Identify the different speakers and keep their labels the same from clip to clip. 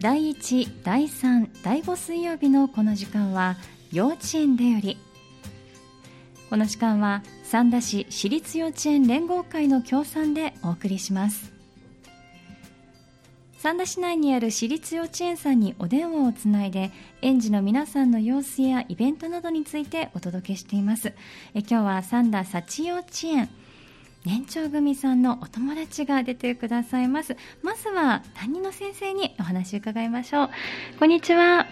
Speaker 1: 第1第3第5水曜日のこの時間は幼稚園でよりこの時間は三田市私立幼稚園連合会の協賛でお送りします三田市内にある私立幼稚園さんにお電話をつないで園児の皆さんの様子やイベントなどについてお届けしていますえ今日は三田幸幼稚園年長組さんのお友達が出てくださいますまずは担任の先生にお話を伺いましょうこんにちは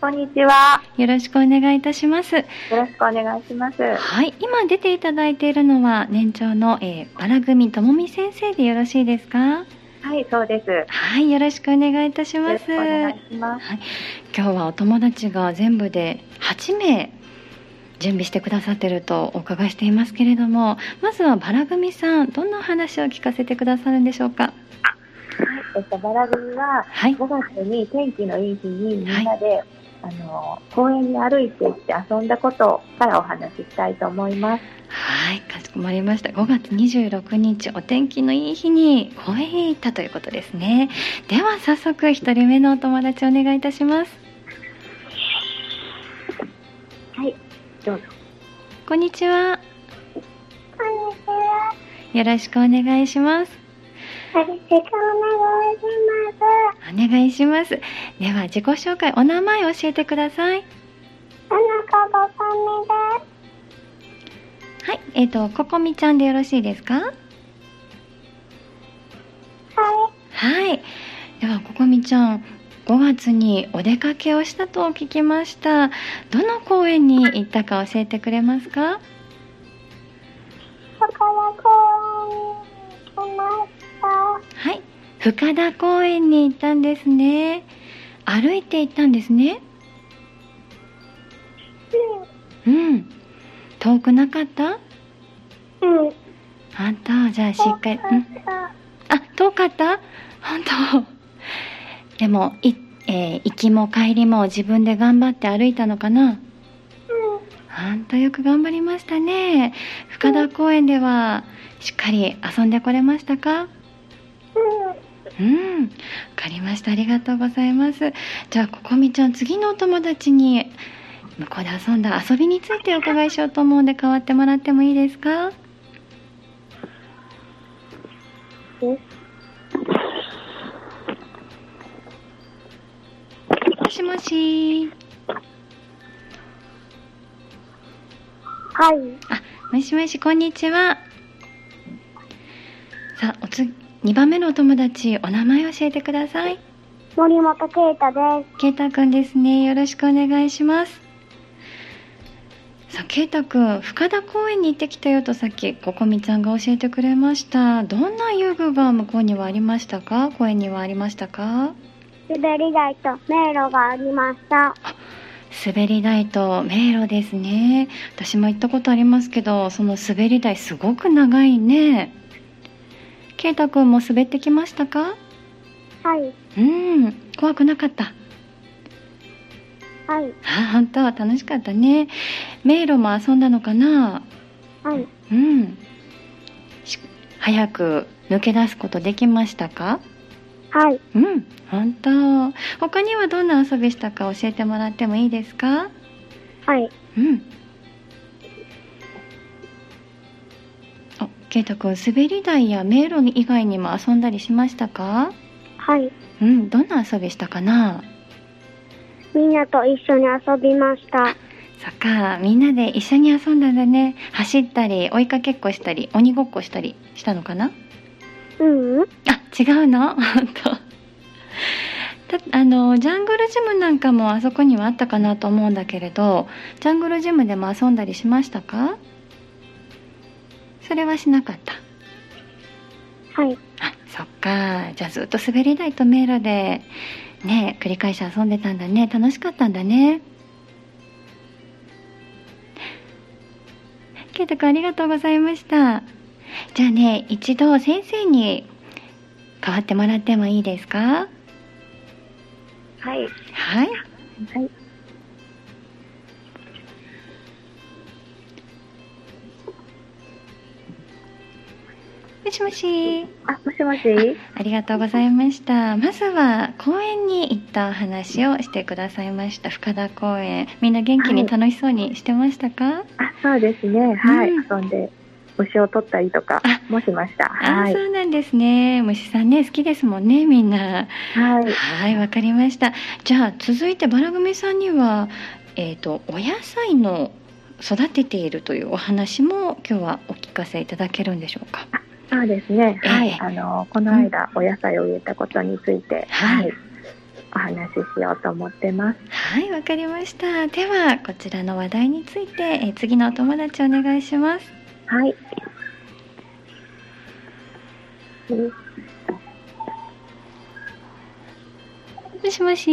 Speaker 2: こんにちは。
Speaker 1: よろしくお願いいたします
Speaker 2: よろしくお願いします。
Speaker 1: はい今出ていただいているのは年長の、えー、バラ組ともみ先生でよろしいですか
Speaker 2: はい、そうです。よ
Speaker 1: はいよろしくお願いいたしま
Speaker 2: ろ
Speaker 1: す
Speaker 2: しくお願いします。
Speaker 1: 今日はお友達が全部で8名準備してくださってるとお伺いしていますけれどもまずはバラ組さんどんなお話を聞かせてくださるんでしょうか
Speaker 2: えっと、バラ組は
Speaker 1: はい
Speaker 2: 5月に天気のいい日にみんなで、あの公園に歩いて行って遊んだことからお話ししたいと思います。
Speaker 1: はいかしこまりました5月26日お天気のいい日に公園へ行ったということですねでは早速1人目のお友達お願いいたします
Speaker 2: はい、どうぞ。
Speaker 1: こんにちは
Speaker 2: こんにちは。
Speaker 1: よろしくお願いします
Speaker 2: よろしくお願いします。
Speaker 1: お願いしますでは自己紹介お名前教えてください
Speaker 2: あなたばさみで
Speaker 1: はい、えっ、と、ここみちゃんでよろしいですか。
Speaker 2: す。は
Speaker 1: はい、では、ここみちゃん、5月にお出かけをしたと聞きました。どの公園に行ったか教えてくれますか。
Speaker 2: い、そこから公園に来ました。
Speaker 1: はい、深田公園に行ったんですね。歩いて行ったんですね。うん。遠くなかった。
Speaker 2: うん、うん、
Speaker 1: あんた、じゃあ、しっかり。うんあ、遠かった本当でも、い、えー行きも帰りも自分で頑張って歩いたのかな
Speaker 2: うん。
Speaker 1: 本当よく頑張りましたね。深田公園では、しっかり遊んでこれましたかうん。わかりました。ありがとうございます。じゃあ、ここみちゃん、次のお友達に、向こうで遊んだ遊びについてお伺いしようと思うんで、代わってもらってもいいですかもしもし。
Speaker 2: はい。
Speaker 1: あ、もしもし、こんにちは。さあ、おつ、2番目のお友達、お名前教えてください。
Speaker 2: 森本啓太で
Speaker 1: ケイタくんですね。よろしくお願いします。さあ、ケイタくん、深田公園に行ってきたよとさっき、ここみちゃんが教えてくれました。どんな遊具が向こうにはありましたか公園にはありましたか
Speaker 2: す。滑り台と迷路がありました。
Speaker 1: 滑り台と迷路ですね。私も行ったことありますけど、その滑り台すごく長いね。ケイタくんも滑ってきましたか
Speaker 2: はい。
Speaker 1: うん、怖くなかった。
Speaker 2: はい。
Speaker 1: あ、本当楽しかったね。迷路も遊んだのかな
Speaker 2: はい。
Speaker 1: うん。し早く抜け出すことできましたか
Speaker 2: はい。
Speaker 1: うん、本当。他にはどんな遊びしたか教えてもらってもいいですか
Speaker 2: はい。
Speaker 1: うん。あ、ケイトくん、滑り台や迷路以外にも遊んだりしましたか
Speaker 2: はい。
Speaker 1: うん、どんな遊びしたかな
Speaker 2: みんなと一緒に遊びました。
Speaker 1: そっか、みんなで一緒に遊んだんだね。走ったり、追いかけっこしたり、鬼ごっこしたりしたのかな
Speaker 2: うんうん。
Speaker 1: あ、違う の本当。たあの、ジャングルジムなんかもあそこにはあったかなと思うんだけれど、ジャングルジムでも遊んだりしましたかそれはしなかった。
Speaker 2: はい。
Speaker 1: あ、そっか。じゃあずっと滑り台と迷路で、ね、繰り返し遊んでたんだね。楽しかったんだね。ケイト君ありがとうございました。じゃあね、一度先生に代わってもらってもいいですか
Speaker 2: はい。
Speaker 1: はい。
Speaker 2: はい。
Speaker 1: もしもし。
Speaker 2: あ、もしもし。
Speaker 1: ありがとうございました。まずは公園に行ったお話をしてくださいました。深田公園。みんな元気に楽しそうにしてましたか、
Speaker 2: あ、そうですね。はい、
Speaker 1: うん
Speaker 2: 遊んで虫を取ったりとか
Speaker 1: あ
Speaker 2: もしました。は
Speaker 1: あ
Speaker 2: い、
Speaker 1: そうなんですね。虫さんね、好きですもんね、みんな。
Speaker 2: はい、
Speaker 1: はい、わかりました。じゃあ、続いてバラ組さんには、えっ、と、お野菜の育てているというお話も今日はお聞かせいただけるんでしょうか。
Speaker 2: そうですね。は
Speaker 1: ええ
Speaker 2: い、あのこの間お野菜を植えたことについて、
Speaker 1: はい
Speaker 2: はい、お話ししようと思ってます。
Speaker 1: はい、わかりました。では、こちらの話題について、えー次のお友達お願いします。
Speaker 2: はい。
Speaker 1: もしもし。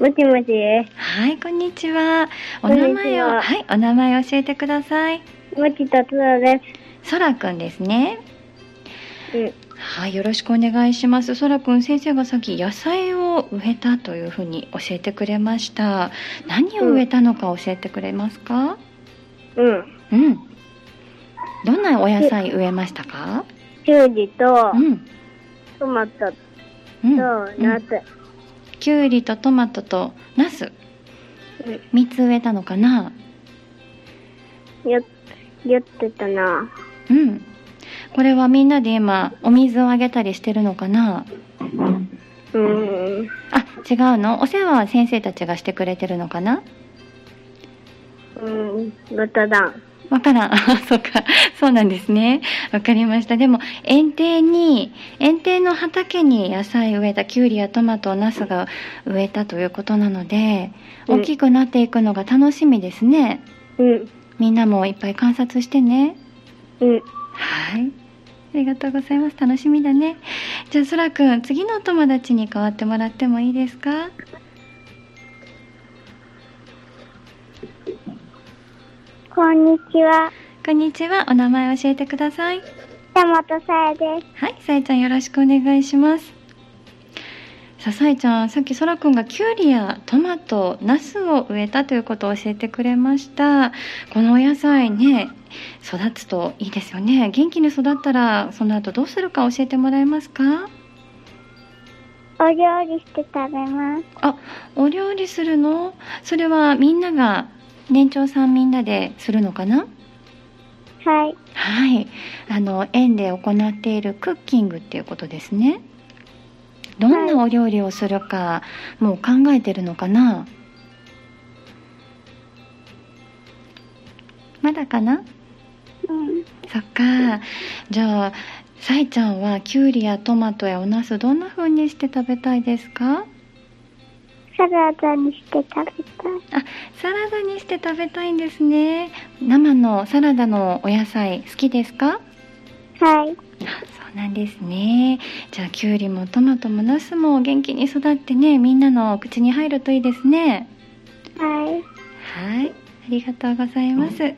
Speaker 2: もしもし、
Speaker 1: はい、こんにちは。お
Speaker 2: こんに
Speaker 1: 名
Speaker 2: ちは
Speaker 1: 前を、はい、お名前教えてください。
Speaker 2: もちたつらで
Speaker 1: そらくんですね。
Speaker 2: す。うん、
Speaker 1: はい、よろしくお願いします。そらくん先生がさっき野菜を植えたというふうに教えてくれました。何を植えたのか教えてくれますか？
Speaker 2: うん、
Speaker 1: うん。どんなお野菜植えましたか？
Speaker 2: きゅうりと
Speaker 1: うん。
Speaker 2: トマトと
Speaker 1: うん。
Speaker 2: ナス。
Speaker 1: きゅうりとトマトとナス
Speaker 2: うん
Speaker 1: 三つ植えたのかな？
Speaker 2: や、やってたな。
Speaker 1: うん。これはみんなで今お水をあげたりしてるのかな？
Speaker 2: うん、
Speaker 1: あ、違うの。お世話は先生たちがしてくれてるのかな？
Speaker 2: うん、豚だ。
Speaker 1: わからん。 あそうか。そうなんですね。わかりました。でも、園庭に、園庭の畑に野菜植えた、きゅうりやトマト、ナスが植えたということなので、
Speaker 2: うん
Speaker 1: 大きくなっていくのが楽しみですね。
Speaker 2: うん、
Speaker 1: みんなもいっぱい観察してね。
Speaker 2: うん、
Speaker 1: はい。ありがとうございます。楽しみだね。じゃあ、そらくん、次のお友達に代わってもらってもいいですか
Speaker 2: こんにちは。
Speaker 1: こんにちは。お名前教えてください。
Speaker 2: 北本さえです。
Speaker 1: はい、さえちゃんよろしくお願いします。さあ、さえちゃん、さっきそらくんがキュウリやトマト、ナスを植えたということを教えてくれました。このお野菜ね、育つといいですよね。元気に育ったら、その後どうするか教えてもらえますか
Speaker 2: お料理して食べます。
Speaker 1: あ、お料理するのそれはみんなが、年長さんみんなでするのかな
Speaker 2: はい。
Speaker 1: はい、あの園で行っているクッキングっていうことですね。どんなお料理をするか、もう考えてるのかな。まだかな。
Speaker 2: うん。
Speaker 1: そっか。じゃあ、さいちゃんはきゅうりやトマトやお茄子どんな風にして食べたいですか。
Speaker 2: サラダにして食べたい。
Speaker 1: サラダにして食べたいんですね。生のサラダのお野菜好きですか。
Speaker 2: はい。
Speaker 1: あそうなんですねじゃあきゅうりもトマトもナスも元気に育ってねみんなの口に入るといいですね
Speaker 2: はい。
Speaker 1: はいありがとうございます、じゃ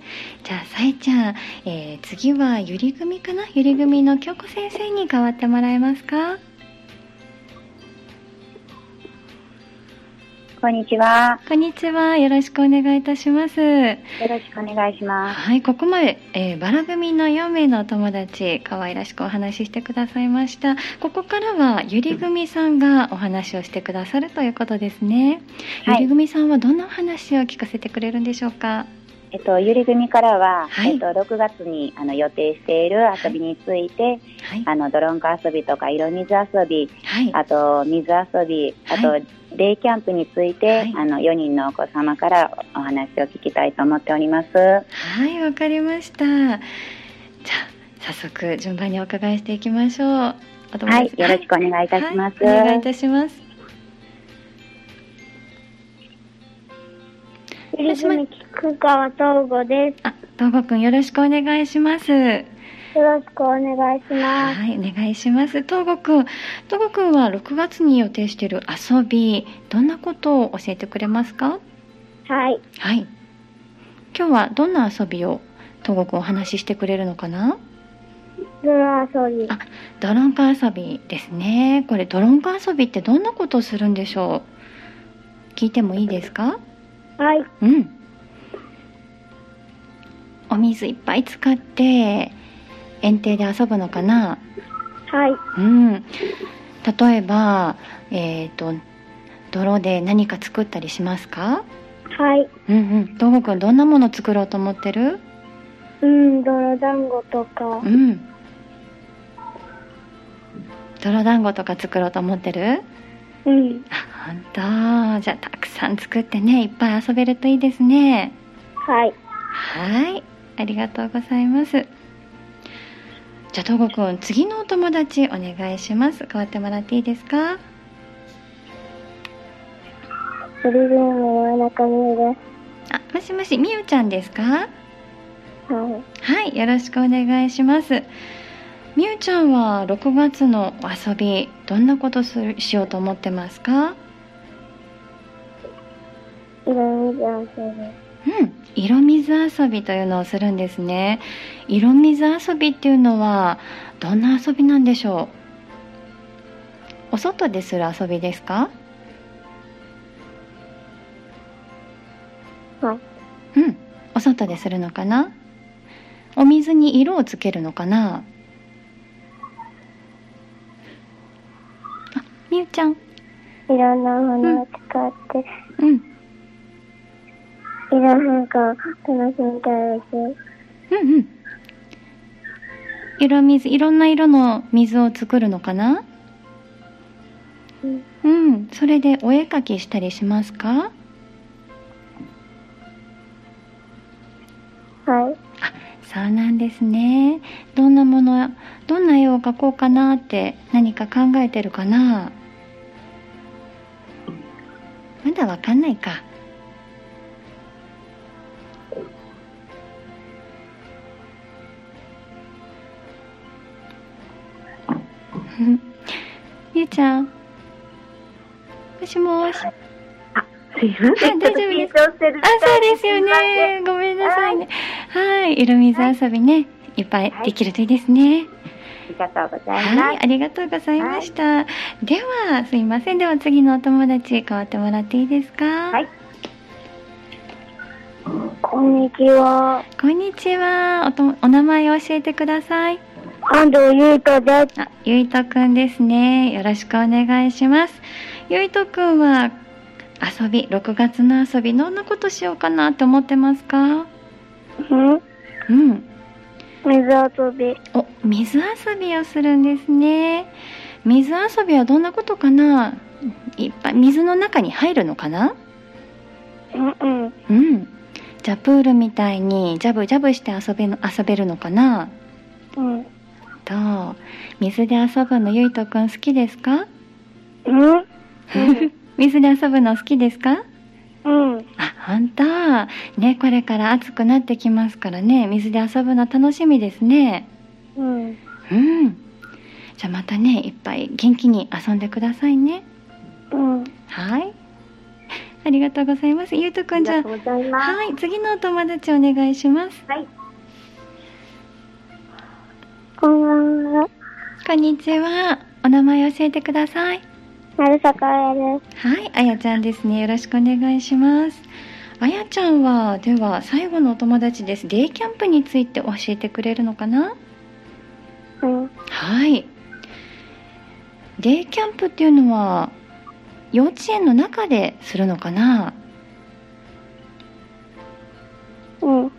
Speaker 1: あさえちゃん、えー次はゆり組かなゆり組の京子先生に代わってもらえますか
Speaker 2: こんにちは。
Speaker 1: こんにちはよろしくお願いいたします
Speaker 2: よろしくお願いします。
Speaker 1: はいここまで、えーバラ組の4名のお友達可愛らしくお話ししてくださいましたここからはゆり組さんがお話をしてくださるということですね、
Speaker 2: はい
Speaker 1: ゆり組さんはどんなお話を聞かせてくれるんでしょうか
Speaker 2: えっと、ゆり組からは、
Speaker 1: はい
Speaker 2: えっと、6月にあの予定している遊びについて、
Speaker 1: はい
Speaker 2: あの、ドロンコ遊びとか色水遊び、
Speaker 1: はい
Speaker 2: あと、水遊び、あと、
Speaker 1: は
Speaker 2: デイキャンプについて、
Speaker 1: はい
Speaker 2: あの、4人のお子様からお話を聞きたいと思っております。
Speaker 1: はいわかりましたじゃあ早速順番にお伺いしていきましょうお友達
Speaker 2: はい、よろしくお願いいたします。
Speaker 1: はい、お願いいたします
Speaker 2: ゆ
Speaker 1: りぐみ
Speaker 2: 菊川東吾で
Speaker 1: あ、東郷くんよろしくお願いします
Speaker 2: す。よろしくお願いしす。
Speaker 1: はい、お願いします。東郷くん、東郷くんは6月に予定している遊び、どんなことを教えてくれますか？
Speaker 2: はい。
Speaker 1: はい。今日はどんな遊びを東郷くんお話ししてくれるのかな？
Speaker 2: 泥遊び
Speaker 1: あドロンカ遊びですね。これドロンカ遊びってどんなことをするんでしょう？聞いてもいいですか？
Speaker 2: はい。
Speaker 1: うん。お水いっぱい使って、園庭で遊ぶのかな
Speaker 2: はい。
Speaker 1: うん例えばえっ、と泥で何か作ったりしますか
Speaker 2: はい。
Speaker 1: うんうん東郷くんどんなもの作ろうと思ってる
Speaker 2: うん、泥団子とか
Speaker 1: う。ん泥団子とか作ろうと思ってる
Speaker 2: うん。
Speaker 1: 本当じゃあたくさん作ってねいっぱい遊べるといいですね
Speaker 2: はい。
Speaker 1: はいありがとうございますじゃあ東郷くん次のお友達お願いします代わってもらっていいですか
Speaker 2: それでも、中身で
Speaker 1: あもしもしみゆちゃんですか
Speaker 2: す。はい。
Speaker 1: はい、よろしくお願いします。みゆちゃんは6月のお遊び、どんなことするしようと思ってますか
Speaker 2: いろいろ遊ぶ。
Speaker 1: うん、色水遊びというのをするんですね。色水遊びっていうのは、どんな遊びなんでしょうお外でする遊びですか
Speaker 2: はい。
Speaker 1: うん、お外でするのかなお水に色をつけるのかなあ、みゆちゃん。
Speaker 2: いろんなものを使って、
Speaker 1: うん。
Speaker 2: いろんな変化を楽しみたいです。
Speaker 1: うんうん。色水、いろんな色の水を作るのかな
Speaker 2: うん
Speaker 1: うん。それでお絵かきしたりしますか
Speaker 2: はい。
Speaker 1: そうなんですね。どんなもの、どんな絵を描こうかなって何か考えてるかなまだわかんないか。ゆうちゃん。もしもし。
Speaker 2: すいま
Speaker 1: せん
Speaker 2: 大丈夫です。緊張してる
Speaker 1: あ、そうですよ。ね。ごめんなさいね。はい、色水遊びね、いっぱいできるといいですね。
Speaker 2: ありがとうござい
Speaker 1: は
Speaker 2: ま
Speaker 1: い、
Speaker 2: す。
Speaker 1: ありがとうございました。では、すいません。では次のお友達代わってもらっていいですか。
Speaker 2: はいこんにちは。
Speaker 1: こんにちは。おとお名前を教えてください。
Speaker 2: 安藤優斗です。
Speaker 1: あ、ゆいとくんですね。よろしくお願いします。ゆいとくんは遊び、6月の遊び、どんなことしようかなって思ってますか。
Speaker 2: うん
Speaker 1: うん。
Speaker 2: 水遊び。
Speaker 1: お、水遊びをするんですね。水遊びはどんなことかな。いっぱい水の中に入るのかな。
Speaker 2: うんうん。
Speaker 1: うん。じゃあプールみたいにジャブジャブして遊べの遊べるのかな。
Speaker 2: うん。
Speaker 1: どう。水で遊ぶのゆいとくん好きですか。
Speaker 2: うん
Speaker 1: 水で遊ぶの好きですか。
Speaker 2: うん。
Speaker 1: あ、本当。ね、これから暑くなってきますからね。水で遊ぶの楽しみですね。
Speaker 2: うん。
Speaker 1: うん。じゃあまたね、いっぱい元気に遊んでくださいね。
Speaker 2: うん。
Speaker 1: はい。ありがとうございます。ゆうとく
Speaker 2: あ
Speaker 1: ん
Speaker 2: り
Speaker 1: じゃ
Speaker 2: が
Speaker 1: あ
Speaker 2: と、うございます。
Speaker 1: はい、次のお友達お願いします。
Speaker 2: はい。こんばんは。
Speaker 1: こんにちは。お名前教えてください。
Speaker 2: 成坂彩です。
Speaker 1: はい、あやちゃんですね。よろしくお願いします。あやちゃんは、では最後のお友達です。デイキャンプについて教えてくれるのかな
Speaker 2: うん。
Speaker 1: はい。デイキャンプっていうのは、幼稚園の中でするのかな
Speaker 2: うん。
Speaker 1: うん、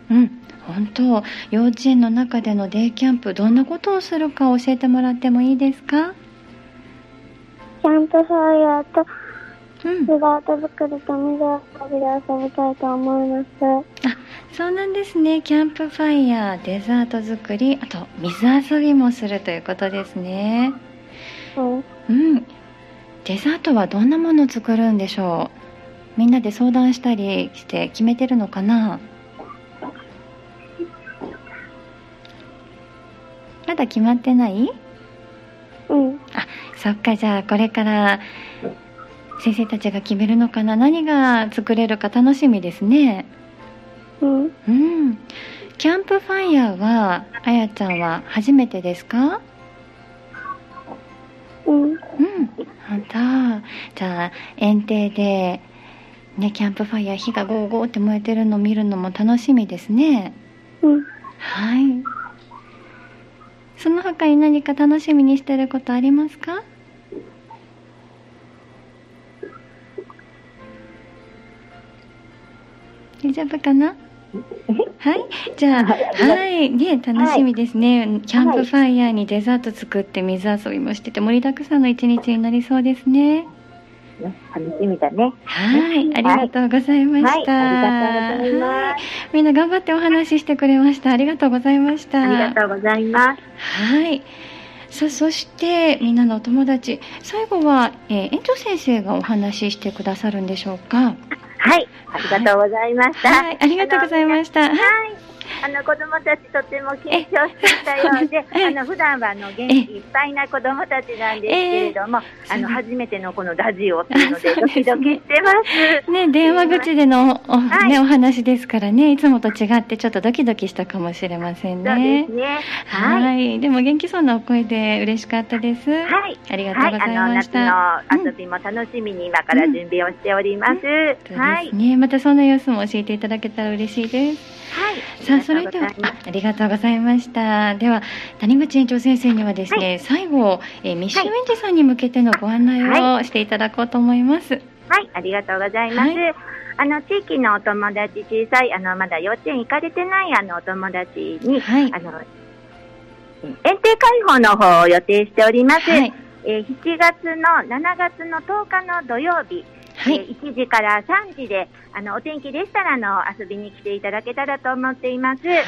Speaker 1: 本当。幼稚園の中でのデイキャンプ、どんなことをするか教えてもらってもいいですか。
Speaker 2: キャンプファイヤーと
Speaker 1: うん、
Speaker 2: フラート作りと水遊びで遊びたいと思います。
Speaker 1: そうなんですね。キャンプファイヤー、デザート作り、あと水遊びもするということですね。
Speaker 2: うん。
Speaker 1: うん。デザートはどんなものを作るんでしょう。みんなで相談したりして決めてるのかな。まだ決まってない？
Speaker 2: うん。
Speaker 1: そっかじゃあこれから先生たちが決めるのかな何が作れるか楽しみですね
Speaker 2: うん。
Speaker 1: うんキャンプファイヤーはあやちゃんは初めてですか
Speaker 2: うん。
Speaker 1: うん本当じゃあ園庭でねキャンプファイヤー火がゴーゴーって燃えてるの見るのも楽しみですね
Speaker 2: うん。
Speaker 1: はいその他に何か楽しみにしてることありますか大丈夫かなはい、じゃあ、はい、ね、楽しみですね、キャンプファイヤーにデザート作って水遊びもしてて、盛りだくさんの一日になりそうですね。
Speaker 2: 楽しみだね。
Speaker 1: はい、ありがとうございました。
Speaker 2: はい、ありがとうござい
Speaker 1: は
Speaker 2: ま
Speaker 1: い
Speaker 2: す。
Speaker 1: みんな頑張ってお話ししてくれました。ありがとうございました。
Speaker 2: ありがとうございます。
Speaker 1: はい。さあ、そして、みんなのお友達、最後は、えー園長先生がお話ししてくださるんでしょうか。
Speaker 2: はい、ありがとうございました。
Speaker 1: はい、ありがとうございました。はい
Speaker 2: はい。あの子供たちとても緊張していたようで、
Speaker 1: え
Speaker 2: あの普段はあの元気いっぱいな子供たちなんですけれども、
Speaker 1: え
Speaker 2: あの
Speaker 1: そう
Speaker 2: 初めてのこのラジオっていうの
Speaker 1: あ
Speaker 2: で
Speaker 1: そう
Speaker 2: ド
Speaker 1: ですね
Speaker 2: キドキしてます。
Speaker 1: ね、電話口でのお,、
Speaker 2: はい
Speaker 1: ね、お話ですからねいつもと違ってちょっとドキドキしたかもしれません
Speaker 2: そうで
Speaker 1: ね
Speaker 2: す。ね。
Speaker 1: はい
Speaker 2: はい。
Speaker 1: でも元気そうなお声で嬉しかったです。
Speaker 2: はい。
Speaker 1: ありがとう
Speaker 2: は
Speaker 1: ご
Speaker 2: い、
Speaker 1: ざ
Speaker 2: あ
Speaker 1: い
Speaker 2: の
Speaker 1: まし
Speaker 2: 夏
Speaker 1: た。
Speaker 2: の遊びも楽しみに今から準備をしております。は
Speaker 1: はいい、。ね、またそんな様子も教えていただけたら嬉しいです。
Speaker 2: はい。
Speaker 1: さあ、それでは、あありがとうございました。では、谷口園長先生にはですね、最後、えー、ミッシュウェンジさんに向けてのご案内をしていただこうと思います。
Speaker 2: はい、ありがとうございます。
Speaker 1: は
Speaker 2: あの地域のお友達、小さいあのまだ幼稚園行かれてないあのお友達に、
Speaker 1: はい
Speaker 2: あの園庭開放の方を予定しております。
Speaker 1: はい、
Speaker 2: えー7月の7月の10日の土曜日、
Speaker 1: は
Speaker 2: え
Speaker 1: い、
Speaker 2: ー1時から3時であのお天気でしたらあの遊びに来ていただけたらと思っています。
Speaker 1: はい、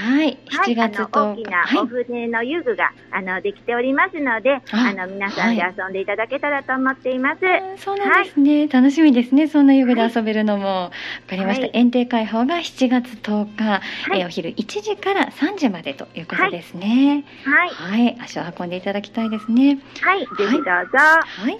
Speaker 2: はい、
Speaker 1: 7月
Speaker 2: あの大
Speaker 1: 10
Speaker 2: き
Speaker 1: 日、
Speaker 2: なお船の遊具が、あのできておりますので、あの皆さんで
Speaker 1: は
Speaker 2: 遊んでいただけたらと思っています。
Speaker 1: そうなんですね、楽しみですね、そんな遊具で遊べるのも、わかりました、
Speaker 2: はい
Speaker 1: 園庭開放が7月10日、
Speaker 2: い
Speaker 1: えーお昼1時から3時までということですね、
Speaker 2: はい、
Speaker 1: はい、足を運んでいただきたいですね。
Speaker 2: はい、ぜひどうぞ。
Speaker 1: はい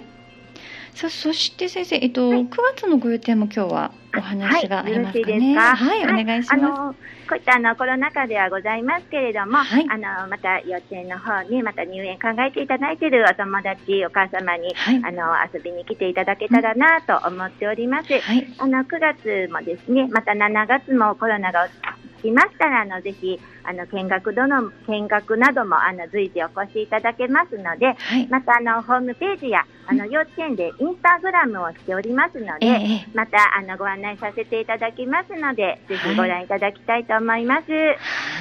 Speaker 1: さあそして先生、えっと
Speaker 2: はい
Speaker 1: 9月のご予定も今日はお話がありますか
Speaker 2: はいよろしいで
Speaker 1: ね。
Speaker 2: すか
Speaker 1: はい、お
Speaker 2: は
Speaker 1: 願いし
Speaker 2: あ
Speaker 1: ま
Speaker 2: のこういったあのコロナ禍ではございますけれども、
Speaker 1: はい
Speaker 2: あのまた幼稚園の方にまた入園考えていただいているお友達、お母様に
Speaker 1: す。はい、
Speaker 2: あの遊びに来ていただけたらなと思っております。
Speaker 1: はい、
Speaker 2: あの9月もですね、また7月もコロナが落ち着きましたらあのぜひあの見学どの見学などもあの随時お越しいただけますので。
Speaker 1: はい、
Speaker 2: またあのホームページやあの幼稚園でインスタグラムをしておりますの
Speaker 1: ええ
Speaker 2: で、
Speaker 1: ええ
Speaker 2: またあのご案内させていただきますので、ぜひご覧いただきたいと思います。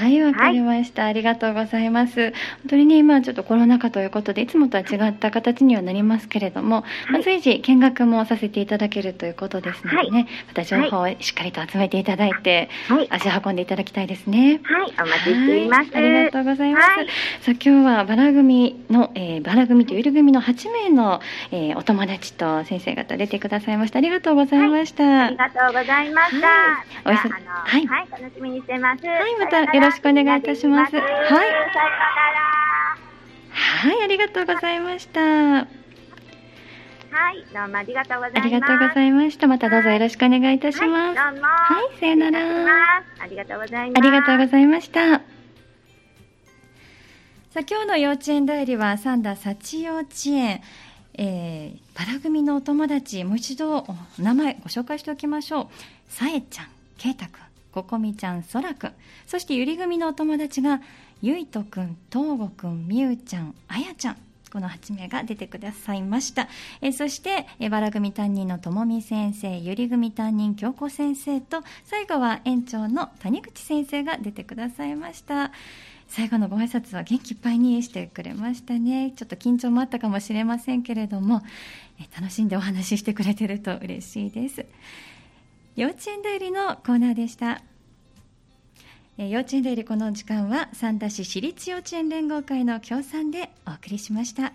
Speaker 1: はい、わかりました、ありがとうございます。本当にね、今ちょっとコロナ禍ということで、いつもとは違った形にはなりますけれども、まあ、随時見学もさせていただけるということですのでね、また情報をしっかりと集めていただいて、
Speaker 2: はい、
Speaker 1: 足を運んでいただきたいですね。
Speaker 2: はい、お待ちしています。
Speaker 1: はいありがとうございます。
Speaker 2: はい
Speaker 1: さあ今日はバラ組の、えー、バラ組とゆる組の8名の、えー、お友達と先生方出てくださいました。ありがとうございました。
Speaker 2: ありがとうございました。
Speaker 1: はいお
Speaker 2: ま
Speaker 1: や
Speaker 2: た
Speaker 1: す
Speaker 2: あ
Speaker 1: み
Speaker 2: の
Speaker 1: は
Speaker 2: はいい、楽しみにしてます。
Speaker 1: はいまた
Speaker 2: さなら
Speaker 1: よろしくお願いいたします
Speaker 2: みん
Speaker 1: はい
Speaker 2: なできますさよう
Speaker 1: はい、ありがとうございました。
Speaker 2: なら。はい、どうもありがとうご
Speaker 1: あ
Speaker 2: ざいます。
Speaker 1: りがとうございました。またどうぞよろしくお願いいたします。
Speaker 2: はい、どうも。
Speaker 1: はい、さよな
Speaker 2: 失礼し
Speaker 1: ら。
Speaker 2: ますありがとうございます。
Speaker 1: ありがとうございました。さあ今日の幼稚園代理は三田幸幼稚園、えー、バラ組のお友達もう一度お名前ご紹介しておきましょうさえちゃん、けいたくん、ここみちゃん、そらくんそしてゆり組のお友達がゆいとくん、とうごくん、みゆちゃん、あやちゃんこの8名が出てくださいましたえーそして、えー、バラ組担任のともみ先生、ゆり組担任京子先生と、最後は園長の谷口先生が出てくださいました。最後のご挨拶は元気いっぱいにしてくれましたね。ちょっと緊張もあったかもしれませんけれども、えー楽しんでお話ししてくれてると嬉しいです。幼稚園代理のコーナーでした。えー幼稚園代理この時間は三田市私立幼稚園連合会の協賛でお送りしました。